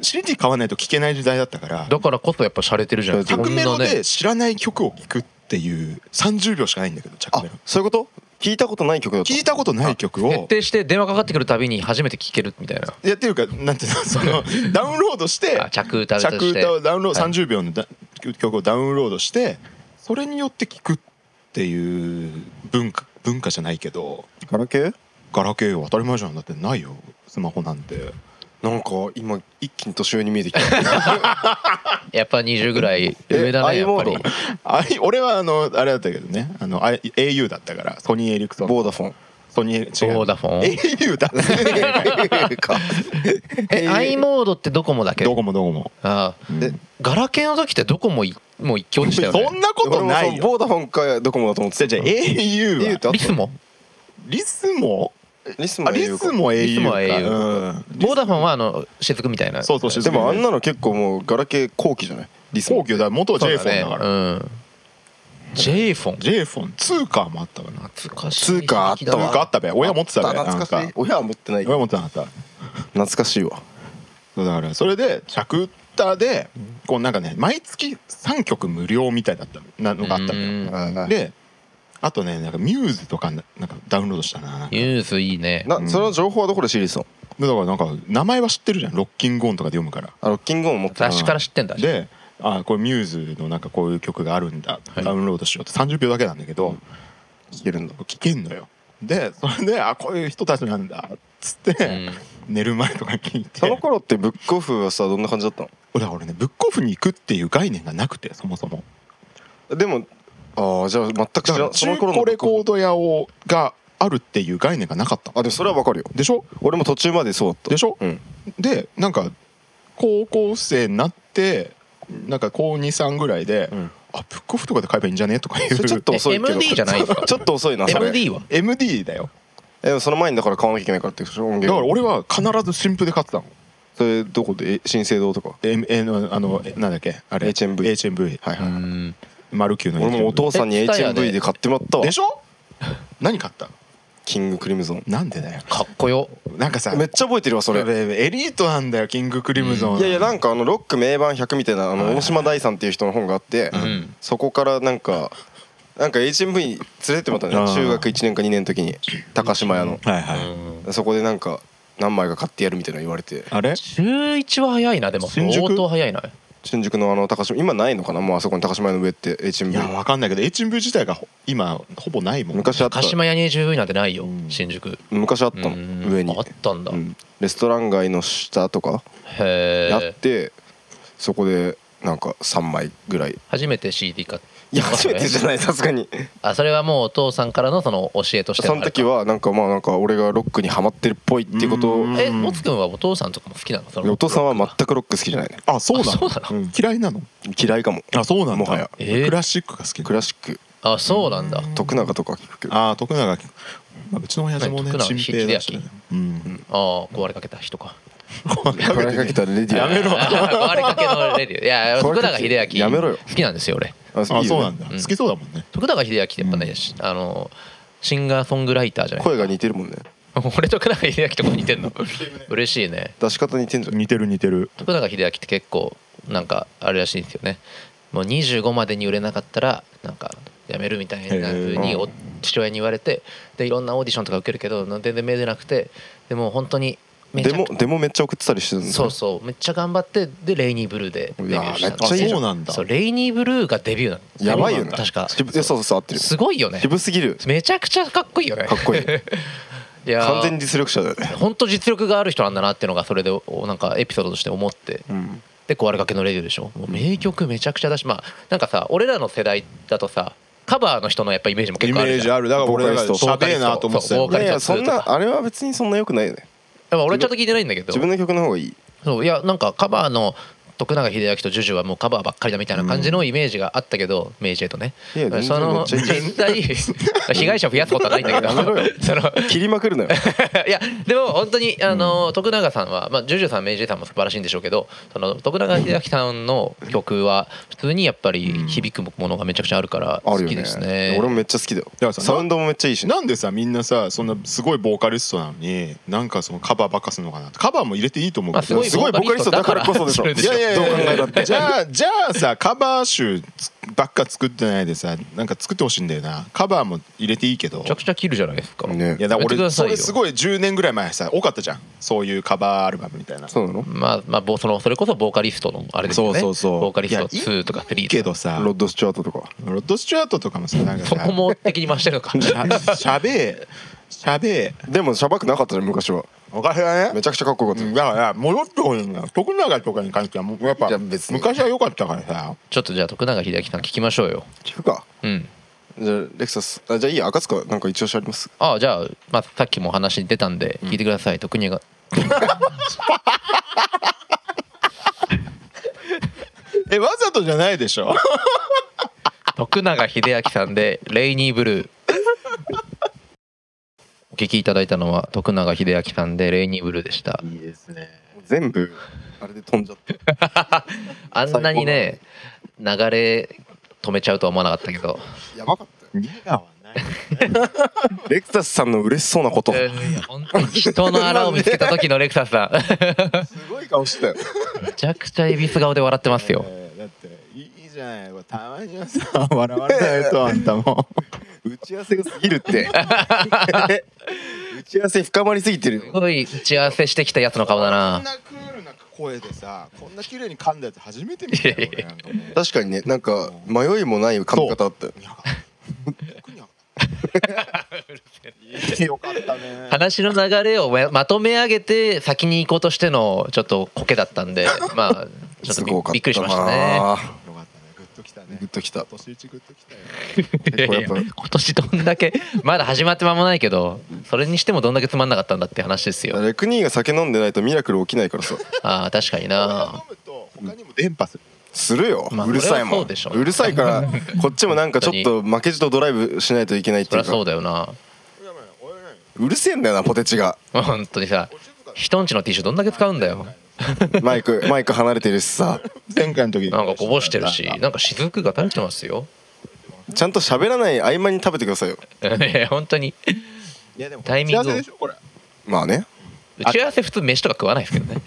Speaker 5: CD 買わないと聴けない時代だったから
Speaker 4: だからこそやっぱ洒落てるじゃないですか
Speaker 5: 着メロ
Speaker 4: こんなね
Speaker 5: で知らない曲を聴くっていう30秒しかないんだけど着
Speaker 3: あ
Speaker 5: メロ
Speaker 3: そういうこと聞いたことない曲だった
Speaker 5: 聞いたことない曲を
Speaker 4: 徹底して電話かかってくるたびに初めて聴けるみたいない
Speaker 5: やっていうかなんていうのそ のダウンロードして
Speaker 4: あ着歌として
Speaker 5: 着歌をダウンロード
Speaker 4: はい
Speaker 5: 30秒のだ曲をダウンロードしてそれによって聴くっていう文化文化じゃないけど
Speaker 3: ガラケー
Speaker 5: ガラケーは当たり前じゃんだってないよスマホなんて
Speaker 3: なんか今一気に年上に見えてきた
Speaker 4: やっぱ20ぐらい上だね
Speaker 3: え i
Speaker 4: やっぱり
Speaker 3: モー
Speaker 5: あい俺はあのあれだったけどねあのあ au だったからソニーエリクソン
Speaker 3: ボーダフォン
Speaker 5: ソニー違う
Speaker 4: ボーダフォン
Speaker 5: au だったね
Speaker 3: か
Speaker 4: え i モードってドコモだっけ
Speaker 5: ドコモドコモ
Speaker 4: ああ
Speaker 5: うん
Speaker 4: ガラケーの時ってドコモいもう一強でしたよ
Speaker 5: そ
Speaker 4: ね
Speaker 5: んなことな
Speaker 3: 俺
Speaker 5: い
Speaker 3: もそう
Speaker 5: よ
Speaker 3: ボーダフォンかドコモだと思っ
Speaker 5: じゃ
Speaker 3: て
Speaker 5: じゃ
Speaker 3: た
Speaker 5: au は
Speaker 3: 言うとあ
Speaker 4: リスモ
Speaker 5: リスモ
Speaker 3: リス
Speaker 5: あ
Speaker 3: も
Speaker 5: リ
Speaker 3: au
Speaker 5: ス
Speaker 3: か
Speaker 5: モ au か
Speaker 4: リスモ au
Speaker 5: うん
Speaker 4: ボーダフォンはあの雫みたいな
Speaker 5: そうそう
Speaker 3: でもあんなの結構もうガラケー後期じゃないリス
Speaker 5: 皇
Speaker 3: モ
Speaker 5: 居だ元 J フォンだから、
Speaker 4: ら J フォン
Speaker 5: J フォン2カーもあったかな
Speaker 4: 懐かしい
Speaker 3: 通貨あった
Speaker 5: 2カーあ
Speaker 3: わ
Speaker 5: ったべ親持ってたべ
Speaker 3: あ懐か
Speaker 5: な
Speaker 3: し
Speaker 5: ん
Speaker 3: い親は持ってないけ
Speaker 5: 親
Speaker 3: ど
Speaker 5: 持ってなかった
Speaker 3: 懐かしいわ
Speaker 5: そうだからそれで着歌でこうなんかね毎月3曲無料みたいだったのなのがあったの
Speaker 4: うん
Speaker 5: よ
Speaker 3: はい
Speaker 5: であとねなんかミューズとかななんかダウンロードしたななんか
Speaker 4: ニュースいいね
Speaker 3: なその情報はどこで知りそう
Speaker 5: でだからなんか名前は知ってるじゃんロッキングオンとかで読むから
Speaker 3: あロッキングオン持ってた
Speaker 4: 雑誌から知ってんだ
Speaker 5: であこれミューズのなんかこういう曲があるんだ
Speaker 4: い
Speaker 5: ダウンロードしようって30秒だけなんだけど、
Speaker 3: 聞けるんだ
Speaker 5: 聞けんのよでそれであこういう人たちなんだっつって、寝る前とか聞いて
Speaker 3: その頃ってブックオフはさどんな感じだった
Speaker 5: 俺は俺ねブックオフに行くっていう概念がなくてそもそも
Speaker 3: のでもああじゃあ全く知
Speaker 5: だからら
Speaker 3: んそ
Speaker 5: 中
Speaker 3: の頃の
Speaker 5: 古
Speaker 3: ブ
Speaker 5: レ
Speaker 3: ックオ
Speaker 5: コ
Speaker 3: フ
Speaker 5: ード屋をがあるっていう概念がなかった
Speaker 3: あでもそれはわかるよ
Speaker 5: でしょ
Speaker 3: 俺も途中までそうだった
Speaker 5: でしょ
Speaker 3: うん
Speaker 5: でなんか高校生になってなんか高23ぐらいで、
Speaker 3: ん
Speaker 5: あブックオフとかで買えばいいんじゃねとかいう
Speaker 3: それちょっと遅いけど
Speaker 4: え MD じゃないですか
Speaker 3: ちょっと遅いなそれ
Speaker 4: MD は
Speaker 5: MD だよ
Speaker 3: えでもその前にだから買わなきゃいけないからってこと音
Speaker 5: だから
Speaker 3: 源
Speaker 5: 俺は必ず新婦で買ってたの
Speaker 3: それどこでえ新生堂とか
Speaker 5: M A のあのえなんだっけあれ
Speaker 3: HMV
Speaker 5: HMV
Speaker 3: はいはい
Speaker 4: うん
Speaker 5: マルキューの HMV
Speaker 3: 俺もお父さんに
Speaker 4: え
Speaker 3: HMV で買ってもらったわ
Speaker 5: でしょ何買った
Speaker 3: キングクリムゾン
Speaker 5: なんでだよ
Speaker 4: かっこよ
Speaker 5: なんかさ
Speaker 3: めっちゃ覚えてるわそれ
Speaker 5: やべえやべえエリートなんだよキングクリムゾン
Speaker 3: いやいやなんかあのロック名盤100みたいなあの大島大さんっていう人の本があって、
Speaker 4: ん
Speaker 3: そこからなんかなんか HMV に連れてもらったの
Speaker 5: あ
Speaker 3: ね
Speaker 5: ー
Speaker 3: 中学1年か2年の時に高島屋の
Speaker 5: はいはい、
Speaker 3: そこでなんか何枚か買ってやるみたいなの言われて
Speaker 5: あれ
Speaker 4: 中1は早いなでも
Speaker 5: 新宿
Speaker 4: 相当早いな
Speaker 3: 新宿のあの高島今ないのかなもうあそこに高島屋の上って HMV
Speaker 5: いやわかんないけど HMV 自体がほ今ほぼないもん
Speaker 3: 昔あった
Speaker 4: 鹿島屋に HV なんてないよ
Speaker 5: うん
Speaker 4: 新宿
Speaker 3: 昔あったの
Speaker 4: うん
Speaker 3: 上に
Speaker 4: あったんだ、
Speaker 3: うんレストラン街の下とか
Speaker 4: へ
Speaker 3: やっ
Speaker 4: え
Speaker 3: てそこでなんか3枚ぐらい
Speaker 4: 初めて CD 買っ
Speaker 3: いや初めてじゃないさすがに
Speaker 4: あそれはもうお父さんからのその教えとして
Speaker 3: その時はなんかまあなんか俺がロックにハマってるっぽいっていうことを
Speaker 5: うん
Speaker 4: えもつくんはお父さんとかも好きなのその
Speaker 3: お父さんは全くロック好きじゃないね
Speaker 5: あそう
Speaker 4: あ
Speaker 5: な
Speaker 4: そう
Speaker 5: の
Speaker 4: なの
Speaker 5: うん嫌いなの
Speaker 3: 嫌いかも
Speaker 5: あそうなんだ
Speaker 3: もはや
Speaker 4: えー
Speaker 5: クラシックが好き
Speaker 3: クラシック
Speaker 4: あそうなんだ
Speaker 3: 徳永とか聞くけど
Speaker 5: ああ徳永君、まあ、うちの親父もね
Speaker 4: 徳永
Speaker 5: 新兵だしねうん
Speaker 4: ああ壊れかけた人か
Speaker 3: これかけたレディ
Speaker 5: やめろ
Speaker 4: あ壊れかけのレディオいや
Speaker 3: 壊れ
Speaker 4: 徳
Speaker 3: かけ
Speaker 4: 永英明
Speaker 3: やめろよ
Speaker 4: 好きなんですよ俺
Speaker 3: あ
Speaker 5: あそうなんだ
Speaker 4: うん
Speaker 5: 好きそうだもんね
Speaker 4: 徳永英明ってやっぱねしあのシンガーソングライターじゃない
Speaker 3: 声が似てるもんね
Speaker 4: 俺徳永英明とか似てんの嬉しいね
Speaker 3: 出し方似てんじゃん
Speaker 5: 似てる似てる
Speaker 4: 徳永英明って結構なんかあれらしいんですよねもう25までに売れなかったらなんかやめるみたいな風に
Speaker 3: へー
Speaker 4: お父親に言われてでいろんなオーディションとか受けるけど全然目出なくてでもう本当にめち
Speaker 3: で
Speaker 4: ゃ
Speaker 3: もでもめっちゃ送ってたりしてるんだ
Speaker 4: そうそうめっちゃ頑張ってでレイニーブルーでデビューした
Speaker 3: うわめっちゃいいじゃん
Speaker 5: あそうなんだ
Speaker 4: そうレイニーブルーがデビューなの
Speaker 3: やばいよね
Speaker 4: 確か
Speaker 3: 渋いやそうそうそう合ってる
Speaker 4: すごいよね
Speaker 3: 渋すぎる
Speaker 4: めちゃくちゃかっ こいいよね
Speaker 3: かっこいい
Speaker 4: いやー
Speaker 3: 完全に実力者だよね
Speaker 4: 本当実力がある人なんだなっていうのがそれでおなんかエピソードとして思って、で壊れかけのレディオでしょもう名曲めちゃくちゃだしまあなんかさ俺らの世代だとさカバーの人のやっぱイメージも
Speaker 5: イ
Speaker 4: 結構
Speaker 5: メ
Speaker 4: あ
Speaker 5: ー
Speaker 4: る
Speaker 5: ジ
Speaker 4: じゃん
Speaker 5: あるだから俺だから
Speaker 3: ボ
Speaker 5: し
Speaker 4: ー
Speaker 5: ゃ
Speaker 4: カリ
Speaker 5: べ
Speaker 4: ス
Speaker 5: え
Speaker 4: ト
Speaker 5: なと思ってた
Speaker 4: そう
Speaker 5: よ
Speaker 4: ボー
Speaker 3: い
Speaker 4: カ
Speaker 3: や
Speaker 4: リ
Speaker 3: い
Speaker 4: ス
Speaker 5: 俺
Speaker 4: ト
Speaker 3: やそんなあれは別にそんな良くないよね
Speaker 4: でも俺ちゃんと聞いてないんだけど
Speaker 3: 自分の曲の方がいい
Speaker 4: そういやなんかカバーの徳永英明とジュジュはもうカバーばっかりだみたいな感じのイメージがあったけど、明治へとね
Speaker 3: いや全然
Speaker 4: その
Speaker 3: めっちゃいい
Speaker 4: 実 際被害者増やすことはないんだけどその
Speaker 3: 切りまくるの よ
Speaker 4: いやでも本当にあの徳永さんはまあジュジュさん明治さんも素晴らしいんでしょうけどその徳永英明さんの曲は普通にやっぱり響くものがめちゃくちゃあるから
Speaker 3: あ
Speaker 4: 好
Speaker 3: るよ
Speaker 4: き
Speaker 3: ね
Speaker 4: ですね。
Speaker 3: 俺もめっちゃ好きだよ
Speaker 5: だからさ
Speaker 3: サウンドもめっちゃいいしね
Speaker 5: なんでさみんなさそんなすごいボーカリストなのになんかそのカバーばっかするのかなカバーも入れていいと思うけど
Speaker 4: まあすごい
Speaker 3: すごいボーカリストだからこそでしょ
Speaker 4: ボーカリス
Speaker 5: い
Speaker 4: ト
Speaker 5: やいやい
Speaker 3: どう考
Speaker 5: や
Speaker 3: え
Speaker 5: い
Speaker 3: た
Speaker 5: や
Speaker 3: って
Speaker 5: じゃあじゃあさカバー集ばっか作ってないでさなんか作ってほしいんだよなカバーも入れていいけど
Speaker 4: めちゃくちゃ切るじゃないですか。
Speaker 3: ね
Speaker 5: いや
Speaker 4: や
Speaker 5: だから
Speaker 4: めてくださ
Speaker 5: 俺
Speaker 4: い
Speaker 5: そ
Speaker 4: よ
Speaker 5: れすごい10年ぐらい前さ多かったじゃんそういうカバーアルバムみたいな
Speaker 3: そうなの
Speaker 4: まあまあぼそのそれこそボーカリストのあれですよね。
Speaker 5: そうそうそう
Speaker 4: ボーカリスト
Speaker 5: いやい
Speaker 4: 2とか3
Speaker 5: けどさ
Speaker 3: ロッド・スチュワートとか
Speaker 5: ロッド・スチュアートとかもさなんか
Speaker 4: そ
Speaker 5: さ
Speaker 4: こも敵に回してるのか。
Speaker 5: しゃしゃべえしゃべえ
Speaker 3: でもしゃばくなかったね昔は
Speaker 5: おかしいわね
Speaker 3: めちゃくちゃかっこよか
Speaker 5: う
Speaker 3: っ
Speaker 5: んだから戻ってこいんだよ徳永とかに関してはもうやっぱ
Speaker 3: いや別に
Speaker 5: 昔は良かったからさ
Speaker 4: ちょっとじゃあ徳永英明さん聞きましょうよ。
Speaker 3: た聞くか
Speaker 4: うん。
Speaker 3: じゃあレクサスあじゃあいいや赤塚なんか一押しあります
Speaker 4: ああじゃあまあさっきもお話に出たんで聞いてください。徳永
Speaker 5: えわざとじゃないでしょ
Speaker 4: 徳永英明さんで「レイニーブルー」 お聞きいただいたのは徳永英明さんで「レイニーブルー」でした
Speaker 5: いいですね
Speaker 3: 全部あれで飛んじゃった
Speaker 4: あんなにね流れ止めちゃうとは思わなかったけど
Speaker 3: やばかったよ
Speaker 5: 苦はない
Speaker 3: レクサスさんの嬉しそうなこと
Speaker 4: 本当に人の荒を見つけた時のレクサ スさ
Speaker 3: すごい顔してたよ
Speaker 4: んめちゃくちゃ恵比寿顔で笑ってますよ
Speaker 5: えーだっていいじゃないこれたまにはさ笑われないとあんたも
Speaker 3: 打ち合わせがすぎるって 打ち合わせ深まりすぎてる
Speaker 4: すごい打ち合わせしてきたやつの顔だ
Speaker 5: こん
Speaker 4: な
Speaker 5: なクールな声でさこんな綺麗に噛んだやつ初めて見たよ俺なんかもう
Speaker 3: 確かにねなんか迷いもない髪型だったよ
Speaker 5: いや僕には いいよかったね
Speaker 4: 話の流れをままとめ上げて先に行こうとしてのちょっとコケだった んでまあちょっと
Speaker 3: す
Speaker 4: び
Speaker 3: ごかったな
Speaker 4: びっくりしました ね
Speaker 5: よかったねグッときたね
Speaker 3: グッときた
Speaker 5: 年一グッときたよ
Speaker 4: いやい
Speaker 3: 結
Speaker 4: や
Speaker 3: 構やっぱ
Speaker 4: 今年どんだけまだ始まって間もないけどそれにしてもどんだけつまんなかったんだって話ですよ
Speaker 3: レクニーが酒飲んでないとミラクル起きないからさ
Speaker 4: ああ確かにな
Speaker 5: 飲むと他にも電波する
Speaker 3: するよ、
Speaker 4: まあ
Speaker 3: うるさいも
Speaker 4: それはそうでしょ
Speaker 3: んうるさいからこっちもなんかちょ っと負けじとドライブしないといけないっ
Speaker 4: そ
Speaker 3: てい
Speaker 4: り
Speaker 3: う
Speaker 4: ゃそう
Speaker 3: か
Speaker 4: だよな
Speaker 5: 俺はね俺はね
Speaker 3: うるせえんだよなポテチが
Speaker 4: 本当にさ
Speaker 5: お静かに
Speaker 4: 人んちのティッシュどんだけ使うん だよ
Speaker 3: マイク マイク離れてるしさ
Speaker 5: 前回の時に
Speaker 4: なんかこぼしてるしなんか雫が垂れてますよ
Speaker 3: ちゃんと喋らない合間に食べてくださいよ
Speaker 4: ええ本当に
Speaker 5: いやでも
Speaker 4: タイミングを
Speaker 5: 幸せでしょこ れ
Speaker 3: まあね
Speaker 4: 打ち合わせ普通飯とか食わないですけど ね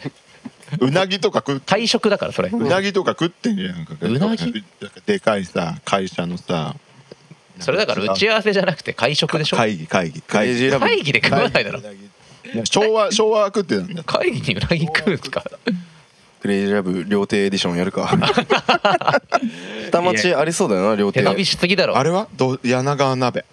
Speaker 5: うなぎとか食って
Speaker 4: 会食だからそれ
Speaker 5: うなぎとか食ってんじゃんなんか
Speaker 4: うなぎ
Speaker 5: なんかでかいさ会社のさ
Speaker 4: それだから打ち合わせじゃなくて会食でしょ
Speaker 5: 会議会議会
Speaker 3: レイジ
Speaker 5: 議
Speaker 3: ーラブ
Speaker 4: 会議で食わないだろ
Speaker 5: いや昭和昭和は食ってたんだ
Speaker 4: 会議にうなぎ食うんですか
Speaker 3: クレイジーラブ料亭エディションや るか下町ありそうだよな料
Speaker 4: 手
Speaker 3: 亭
Speaker 4: 伸びしすぎだろ
Speaker 5: あれはど柳川鍋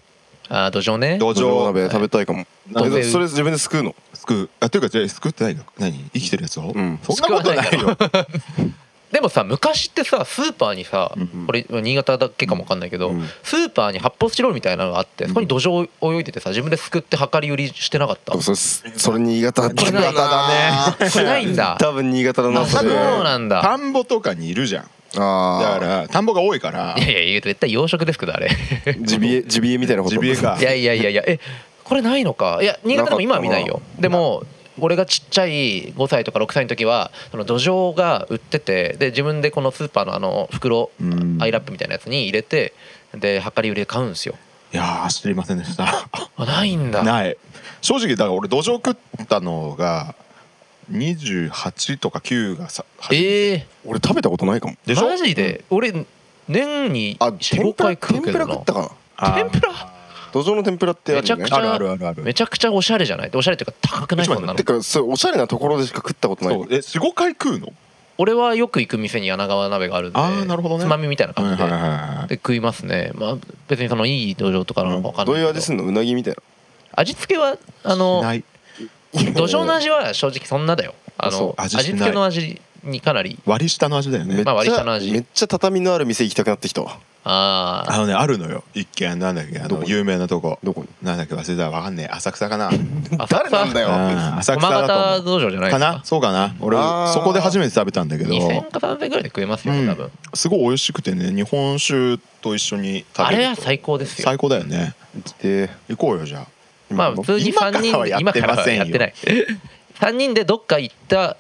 Speaker 4: あー土壌ね
Speaker 5: 土
Speaker 3: 土壌
Speaker 5: 壌
Speaker 3: 鍋食べたいかも
Speaker 4: はい
Speaker 3: えそれ自分ですくうの
Speaker 5: すくうあというかじゃあすくってないの何生きてるやつを、
Speaker 3: ん
Speaker 5: そんなことないよ
Speaker 4: でもさ昔ってさスーパーにさこれ新潟だけかもわかんないけど、スーパーに発泡スチロールみたいなのがあってそこに土壌泳いでてさ自分ですくって量り売りしてなかった
Speaker 3: それそれ新潟
Speaker 4: これない
Speaker 5: だね
Speaker 4: これないんだ
Speaker 3: 多分新潟だな
Speaker 4: あそ
Speaker 3: そうれあ
Speaker 4: なんだ
Speaker 5: 田んぼとかにいるじゃんだか
Speaker 3: あ
Speaker 5: ら田んぼが多いから
Speaker 4: いやいや絶対養殖ですけどあれい
Speaker 3: ジビエジビエみたいなこと
Speaker 5: ジビエか
Speaker 4: やいやいやいやえこれないのかいや新潟でも今は見ないよでも俺がちっちゃい5歳とか6歳の時はその土壌が売っててで自分でこのスーパーのあの袋
Speaker 5: ん
Speaker 4: アイラップみたいなやつに入れてで量り売りで買うんですよ
Speaker 5: いやー知りませんでした
Speaker 4: あないんだ
Speaker 5: ない正直だから俺土壌食ったのが28とか9がさ
Speaker 4: ええ
Speaker 3: 俺食べたことないかも
Speaker 5: でしょ
Speaker 4: マジで俺年に
Speaker 3: あ
Speaker 4: 45
Speaker 3: 天ぷら
Speaker 4: 回食
Speaker 3: 天
Speaker 4: う
Speaker 3: ぷ
Speaker 4: けど
Speaker 3: ら
Speaker 4: な
Speaker 3: 食ったかな
Speaker 5: あー
Speaker 4: 天ぷら
Speaker 3: 土壌の天ぷらってあ
Speaker 4: め
Speaker 3: る
Speaker 4: ちゃ
Speaker 3: よ
Speaker 4: く
Speaker 3: ね
Speaker 4: ちゃ
Speaker 5: あるあるあるある
Speaker 4: めちゃくちゃおしゃれじゃないおしゃれっていうか高くない
Speaker 5: 一枚
Speaker 4: そんなの
Speaker 3: てかそれおしゃれなところでしか食ったことない
Speaker 5: そうえ45回食うの
Speaker 4: 俺はよく行く店に柳川鍋があるんで
Speaker 5: あーなるほどね
Speaker 4: つまみみたいな感じで,、
Speaker 5: はいはいはいはい
Speaker 4: で食いますねまあ別にそのいい土壌とかなのか分かん
Speaker 3: ど
Speaker 4: ないうけ
Speaker 3: いう
Speaker 4: ど
Speaker 3: 味すんのうなぎみたい
Speaker 4: 味付けはあの
Speaker 5: ない
Speaker 4: 土壌の味は正直そんなだよあ
Speaker 3: そ
Speaker 4: の
Speaker 3: う
Speaker 5: 味し
Speaker 4: 味
Speaker 5: ない
Speaker 4: 付けの味にかなり
Speaker 5: 割り下の味だよ
Speaker 3: なめ
Speaker 5: ね
Speaker 3: っ
Speaker 4: まあ割り
Speaker 3: ち
Speaker 4: 下
Speaker 3: ゃ
Speaker 4: の味
Speaker 3: めっちゃ畳のある店行きたくなってきたわ
Speaker 4: ああ
Speaker 5: あのねあるのよ一軒なんだっけあ
Speaker 3: ど
Speaker 5: の
Speaker 3: こ
Speaker 5: 有名なとこ
Speaker 3: どこに
Speaker 5: なんだっけ忘れたわかんねえ浅草 かな
Speaker 3: 誰なんだよ
Speaker 5: うん浅草
Speaker 4: 駒
Speaker 5: だと
Speaker 4: 形
Speaker 5: 思
Speaker 4: 道場じゃな
Speaker 5: う
Speaker 4: い
Speaker 5: か
Speaker 4: です
Speaker 5: な
Speaker 4: か
Speaker 5: そうかな俺
Speaker 3: あー
Speaker 5: そこで初めて食べたんだけど
Speaker 4: 2000か3000ぐらいで食えますよ
Speaker 5: う
Speaker 4: 多
Speaker 5: ん
Speaker 4: 分、
Speaker 5: すごい美味しくてね日本酒と一緒に食べると
Speaker 4: あれは最高ですよ
Speaker 5: 最高だよね
Speaker 3: で
Speaker 5: 行こうよじゃあ
Speaker 4: まあ普通に3人で
Speaker 5: 今
Speaker 4: 今
Speaker 5: か
Speaker 4: からら
Speaker 5: は
Speaker 4: は
Speaker 5: や
Speaker 4: や
Speaker 5: っ
Speaker 4: ってて
Speaker 5: ませんよ
Speaker 4: ない3人でどっか行った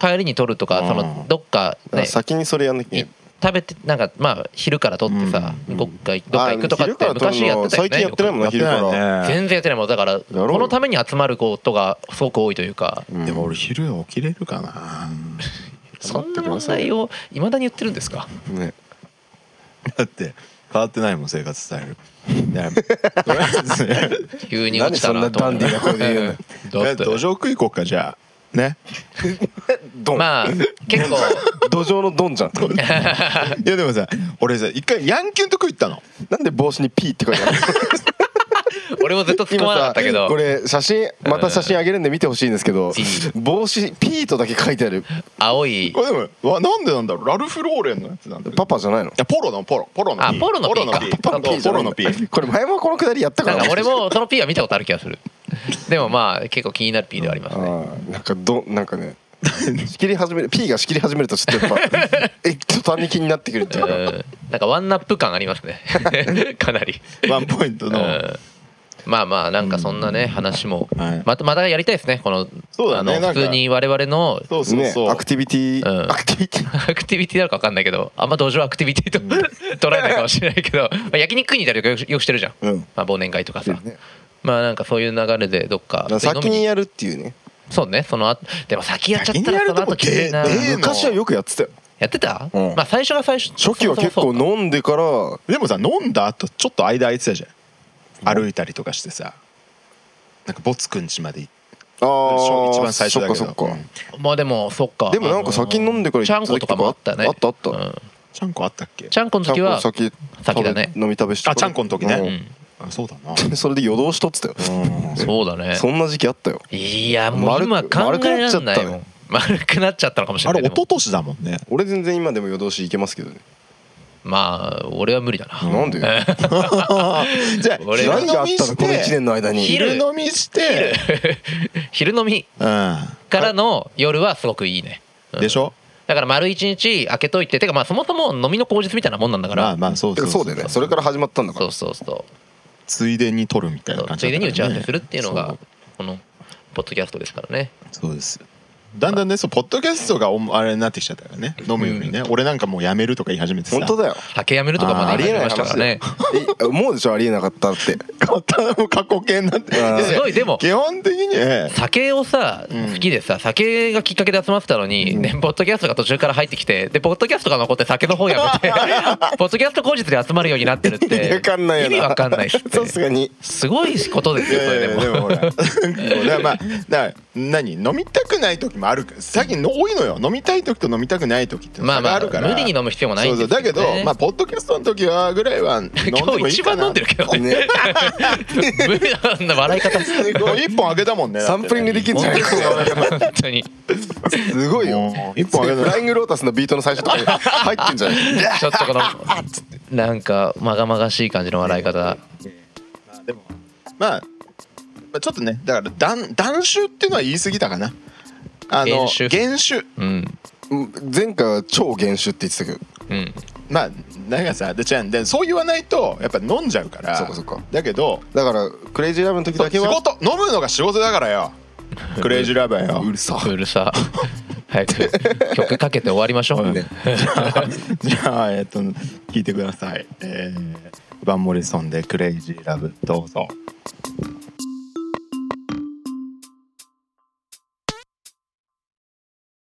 Speaker 4: 帰りに撮るとか
Speaker 5: うん
Speaker 4: そのどっかね
Speaker 3: 先にそれやんなきゃい
Speaker 4: い食べてなんかまあ昼から撮ってさ
Speaker 5: うん
Speaker 4: どっか行どっか行くとかっ
Speaker 3: あ昼か
Speaker 4: て
Speaker 3: ら撮るの
Speaker 4: 昔やってたよ
Speaker 3: 最
Speaker 4: ね
Speaker 3: 近やってないもんな
Speaker 5: やってない
Speaker 3: 昼か
Speaker 5: ね
Speaker 4: 全然やってないもんだからこ
Speaker 3: ろうよ
Speaker 4: のために集まることがすごく多いというか
Speaker 3: けない
Speaker 5: でも俺昼起きれるかな
Speaker 4: そんな問題をいまだに言ってるんですか
Speaker 3: ね
Speaker 5: だって変わってないもん生活スタイル だからとりあえずね
Speaker 4: 急に落ちたなと思って
Speaker 3: なんでそんなダンデ ィーな声で言うの
Speaker 5: とりあえず土
Speaker 4: だっ
Speaker 5: 壌食い行こうかじゃあ ね
Speaker 3: ド
Speaker 4: て
Speaker 3: ン
Speaker 4: まあ結 構
Speaker 3: 土壌のドンじゃ ん
Speaker 5: いやでもさ俺さ一回ヤンキュンと食い行ったの
Speaker 3: なんで帽子に P って書いてある
Speaker 4: 俺もずっと突っ込まなかったけど
Speaker 3: これ写真また写真あげるんで見てほしいんですけど帽子 P とだけ書いてある
Speaker 4: 青い
Speaker 5: これでもわなんでなんだろうラルフローレンのやつなんだけど
Speaker 3: パパじゃないの
Speaker 5: いやポロのポロポロの
Speaker 4: あ
Speaker 5: P
Speaker 4: ポロの P
Speaker 5: ポロの
Speaker 4: か
Speaker 5: P
Speaker 4: パパの P
Speaker 5: そうポロの P
Speaker 3: これ前もこのくだりやったか
Speaker 4: なん
Speaker 3: ら
Speaker 4: か俺もその P は見たことある気が するでもまあ結構気になる P ではありますね
Speaker 3: あーなんかどなんかね仕切り始める P が仕切り始めるとちょっと やっぱえ途端に気になってくるっていう
Speaker 4: う
Speaker 3: か
Speaker 4: んなんかワンナップ感ありますね かなり
Speaker 5: ワンポイント
Speaker 4: う
Speaker 5: の
Speaker 4: んまあまあなんかそんなね話も
Speaker 5: はい
Speaker 4: またまたやりたいですねこの
Speaker 5: そうだ
Speaker 4: あ
Speaker 5: ね
Speaker 4: の
Speaker 5: なんか
Speaker 4: 普通に我々の
Speaker 5: そうそう
Speaker 3: ね
Speaker 5: そう、
Speaker 3: アクティビティ、
Speaker 4: うん
Speaker 3: アクティビティ
Speaker 4: アクティビティなのか分かんないけどあんま同情アクティビティと捉えないかもしれないけどまあ焼肉にいたりとかよくよくしてるじゃん
Speaker 5: うん
Speaker 4: まあ忘年会とかさ
Speaker 3: ね
Speaker 4: まあなんかそういう流れでどっか
Speaker 3: 先にやるっていうね
Speaker 4: そうねその後でも先やっちゃった
Speaker 5: 先に
Speaker 4: ら
Speaker 5: やる
Speaker 4: その
Speaker 5: とこ
Speaker 4: 後きついな
Speaker 5: ででええの
Speaker 3: 昔はよくやってたよ
Speaker 4: やってた
Speaker 3: うん
Speaker 4: まあ最初が最初
Speaker 3: 初期は結
Speaker 4: そうそう
Speaker 3: 構
Speaker 4: そう
Speaker 3: 飲んでから
Speaker 5: でもさ飲んだ後ちょっと間空いてたじゃん歩いたりとかしてさなんかボツくんちまで行っ
Speaker 3: あー
Speaker 5: 一番最初だけど
Speaker 3: そっかそっか、
Speaker 5: うん
Speaker 4: まあでもそっか
Speaker 3: でもなんか先に飲んでから
Speaker 4: ちゃん
Speaker 3: 行
Speaker 4: こ
Speaker 3: った時
Speaker 4: とか
Speaker 3: と
Speaker 4: も
Speaker 3: か
Speaker 4: あったね
Speaker 3: あったあった
Speaker 4: うん
Speaker 5: ちゃんこあったっけ
Speaker 4: ちゃんこの時は
Speaker 3: ちゃんこ先
Speaker 4: 先だね
Speaker 3: 食べ飲み食べして
Speaker 5: あちゃんこの時ね、
Speaker 3: うん
Speaker 5: あそうだ な
Speaker 3: それで夜通しとってたよ、
Speaker 4: そうだ ね
Speaker 3: そんな時期あったよ
Speaker 4: いやもう
Speaker 3: 丸く
Speaker 4: 今考えらんないもん
Speaker 3: 丸
Speaker 4: 丸くなっちゃったのかもしれ
Speaker 5: あ
Speaker 4: ない
Speaker 5: れ
Speaker 4: で
Speaker 5: 一
Speaker 4: も
Speaker 5: 昨年だも んね
Speaker 3: 俺全然今でも夜通し行けますけどね
Speaker 4: まあ俺は無理だな
Speaker 3: なんで
Speaker 5: じゃあ
Speaker 4: 俺
Speaker 5: 昼
Speaker 3: 何があっ
Speaker 5: 飲み
Speaker 3: たの
Speaker 5: し
Speaker 3: この1
Speaker 5: て
Speaker 3: 年の間に
Speaker 4: 昼
Speaker 5: 昼飲みして
Speaker 4: 昼飲み
Speaker 5: う
Speaker 4: からの夜はすごくいいね
Speaker 5: んでしょ
Speaker 4: だから丸一日開けといててかまあそもそも飲みの口実みたいなもんなんだか
Speaker 5: まあ
Speaker 4: ら
Speaker 5: まあそう
Speaker 3: て
Speaker 5: そ
Speaker 3: か
Speaker 5: う
Speaker 3: そうだよねそれから始まったんだか
Speaker 4: そ
Speaker 3: ら
Speaker 4: うそうそ
Speaker 5: ついでに取るみたいうな
Speaker 4: そう
Speaker 5: 感
Speaker 4: つ
Speaker 5: じ
Speaker 4: い
Speaker 5: だ
Speaker 4: でに
Speaker 5: ったよね
Speaker 4: 打ち合わせするっていうのがこのポッドキャストですからね
Speaker 5: そうそうですだんだんねそうポッドキャストがおもあれになってきちゃったよね飲むよりね俺なんかもうやめるとか言い始めてさ
Speaker 3: 本当だよ
Speaker 4: 酒やめるとかま
Speaker 5: あー
Speaker 4: で
Speaker 3: ありえない
Speaker 4: ました
Speaker 3: 話
Speaker 4: から
Speaker 3: だよ
Speaker 4: ね
Speaker 3: え思うでしょありえなかったって
Speaker 5: 簡単も過去形になって
Speaker 3: あー
Speaker 4: すごいでも
Speaker 5: 基本的にね
Speaker 4: 酒をさ
Speaker 5: うん
Speaker 4: 好きでさ酒がきっかけで集まってたのにねポッドキャストが途中から入ってきてでポッドキャストが残って酒の方やめ てポッドキャスト口実で集まるようになってるって
Speaker 3: 意味わかんないよな
Speaker 4: 意味わかんないっすね
Speaker 3: さすがに
Speaker 4: すごいことです
Speaker 5: い
Speaker 4: よそ
Speaker 5: やい
Speaker 4: れで
Speaker 5: やいやで
Speaker 4: も
Speaker 5: もほらだからまあだから何飲みたくない時もあるから最近の多いのよ飲みたい時と飲みたくない時っての
Speaker 4: まあ
Speaker 5: 差
Speaker 4: ま
Speaker 5: が
Speaker 4: あ
Speaker 5: あるから、
Speaker 4: 無理に飲む必要もないん
Speaker 5: そう
Speaker 4: で
Speaker 5: そう
Speaker 4: すけ
Speaker 5: だけ
Speaker 4: ど、ね、
Speaker 5: どまあポッドキャストの時はぐらいは飲んでも
Speaker 4: 今日
Speaker 5: いい
Speaker 4: 一
Speaker 5: か
Speaker 4: 番
Speaker 5: な
Speaker 4: 飲んでるけど ね
Speaker 3: ね
Speaker 4: 無理なんだ笑い方
Speaker 5: こう一本あげたもんね
Speaker 3: サンプリングできるんじゃない
Speaker 4: 本当に
Speaker 3: すごいよ
Speaker 5: もう
Speaker 3: 一
Speaker 5: 一本
Speaker 3: 本
Speaker 5: あげた
Speaker 3: フライングロータスのビートの最初とか に入ってんじゃない
Speaker 4: ちょっとこのなんかまがまがしい感じの笑い方
Speaker 5: でも まあまあちょっとねだから断断酒っていうのは言い過ぎたかなあの
Speaker 4: 減酒
Speaker 5: 減酒
Speaker 4: うん
Speaker 3: うん前回は超厳酒って言ってたけど
Speaker 4: うん
Speaker 5: まあなんかさでちゃんでそう言わないとやっぱ飲んじゃうから
Speaker 3: そうかそうか
Speaker 5: だけど
Speaker 3: だからクレイジーラブの時
Speaker 5: そう
Speaker 3: だけ
Speaker 5: 仕
Speaker 3: は
Speaker 5: 事飲むのが仕事だか らよクレイジーラバーよ
Speaker 3: うるさ
Speaker 4: うるさ早く曲かけて終わりましょう、
Speaker 5: ねじゃあ、えっと、聞いてください。えーバンモリソンでクレイジーラブ、どうぞ。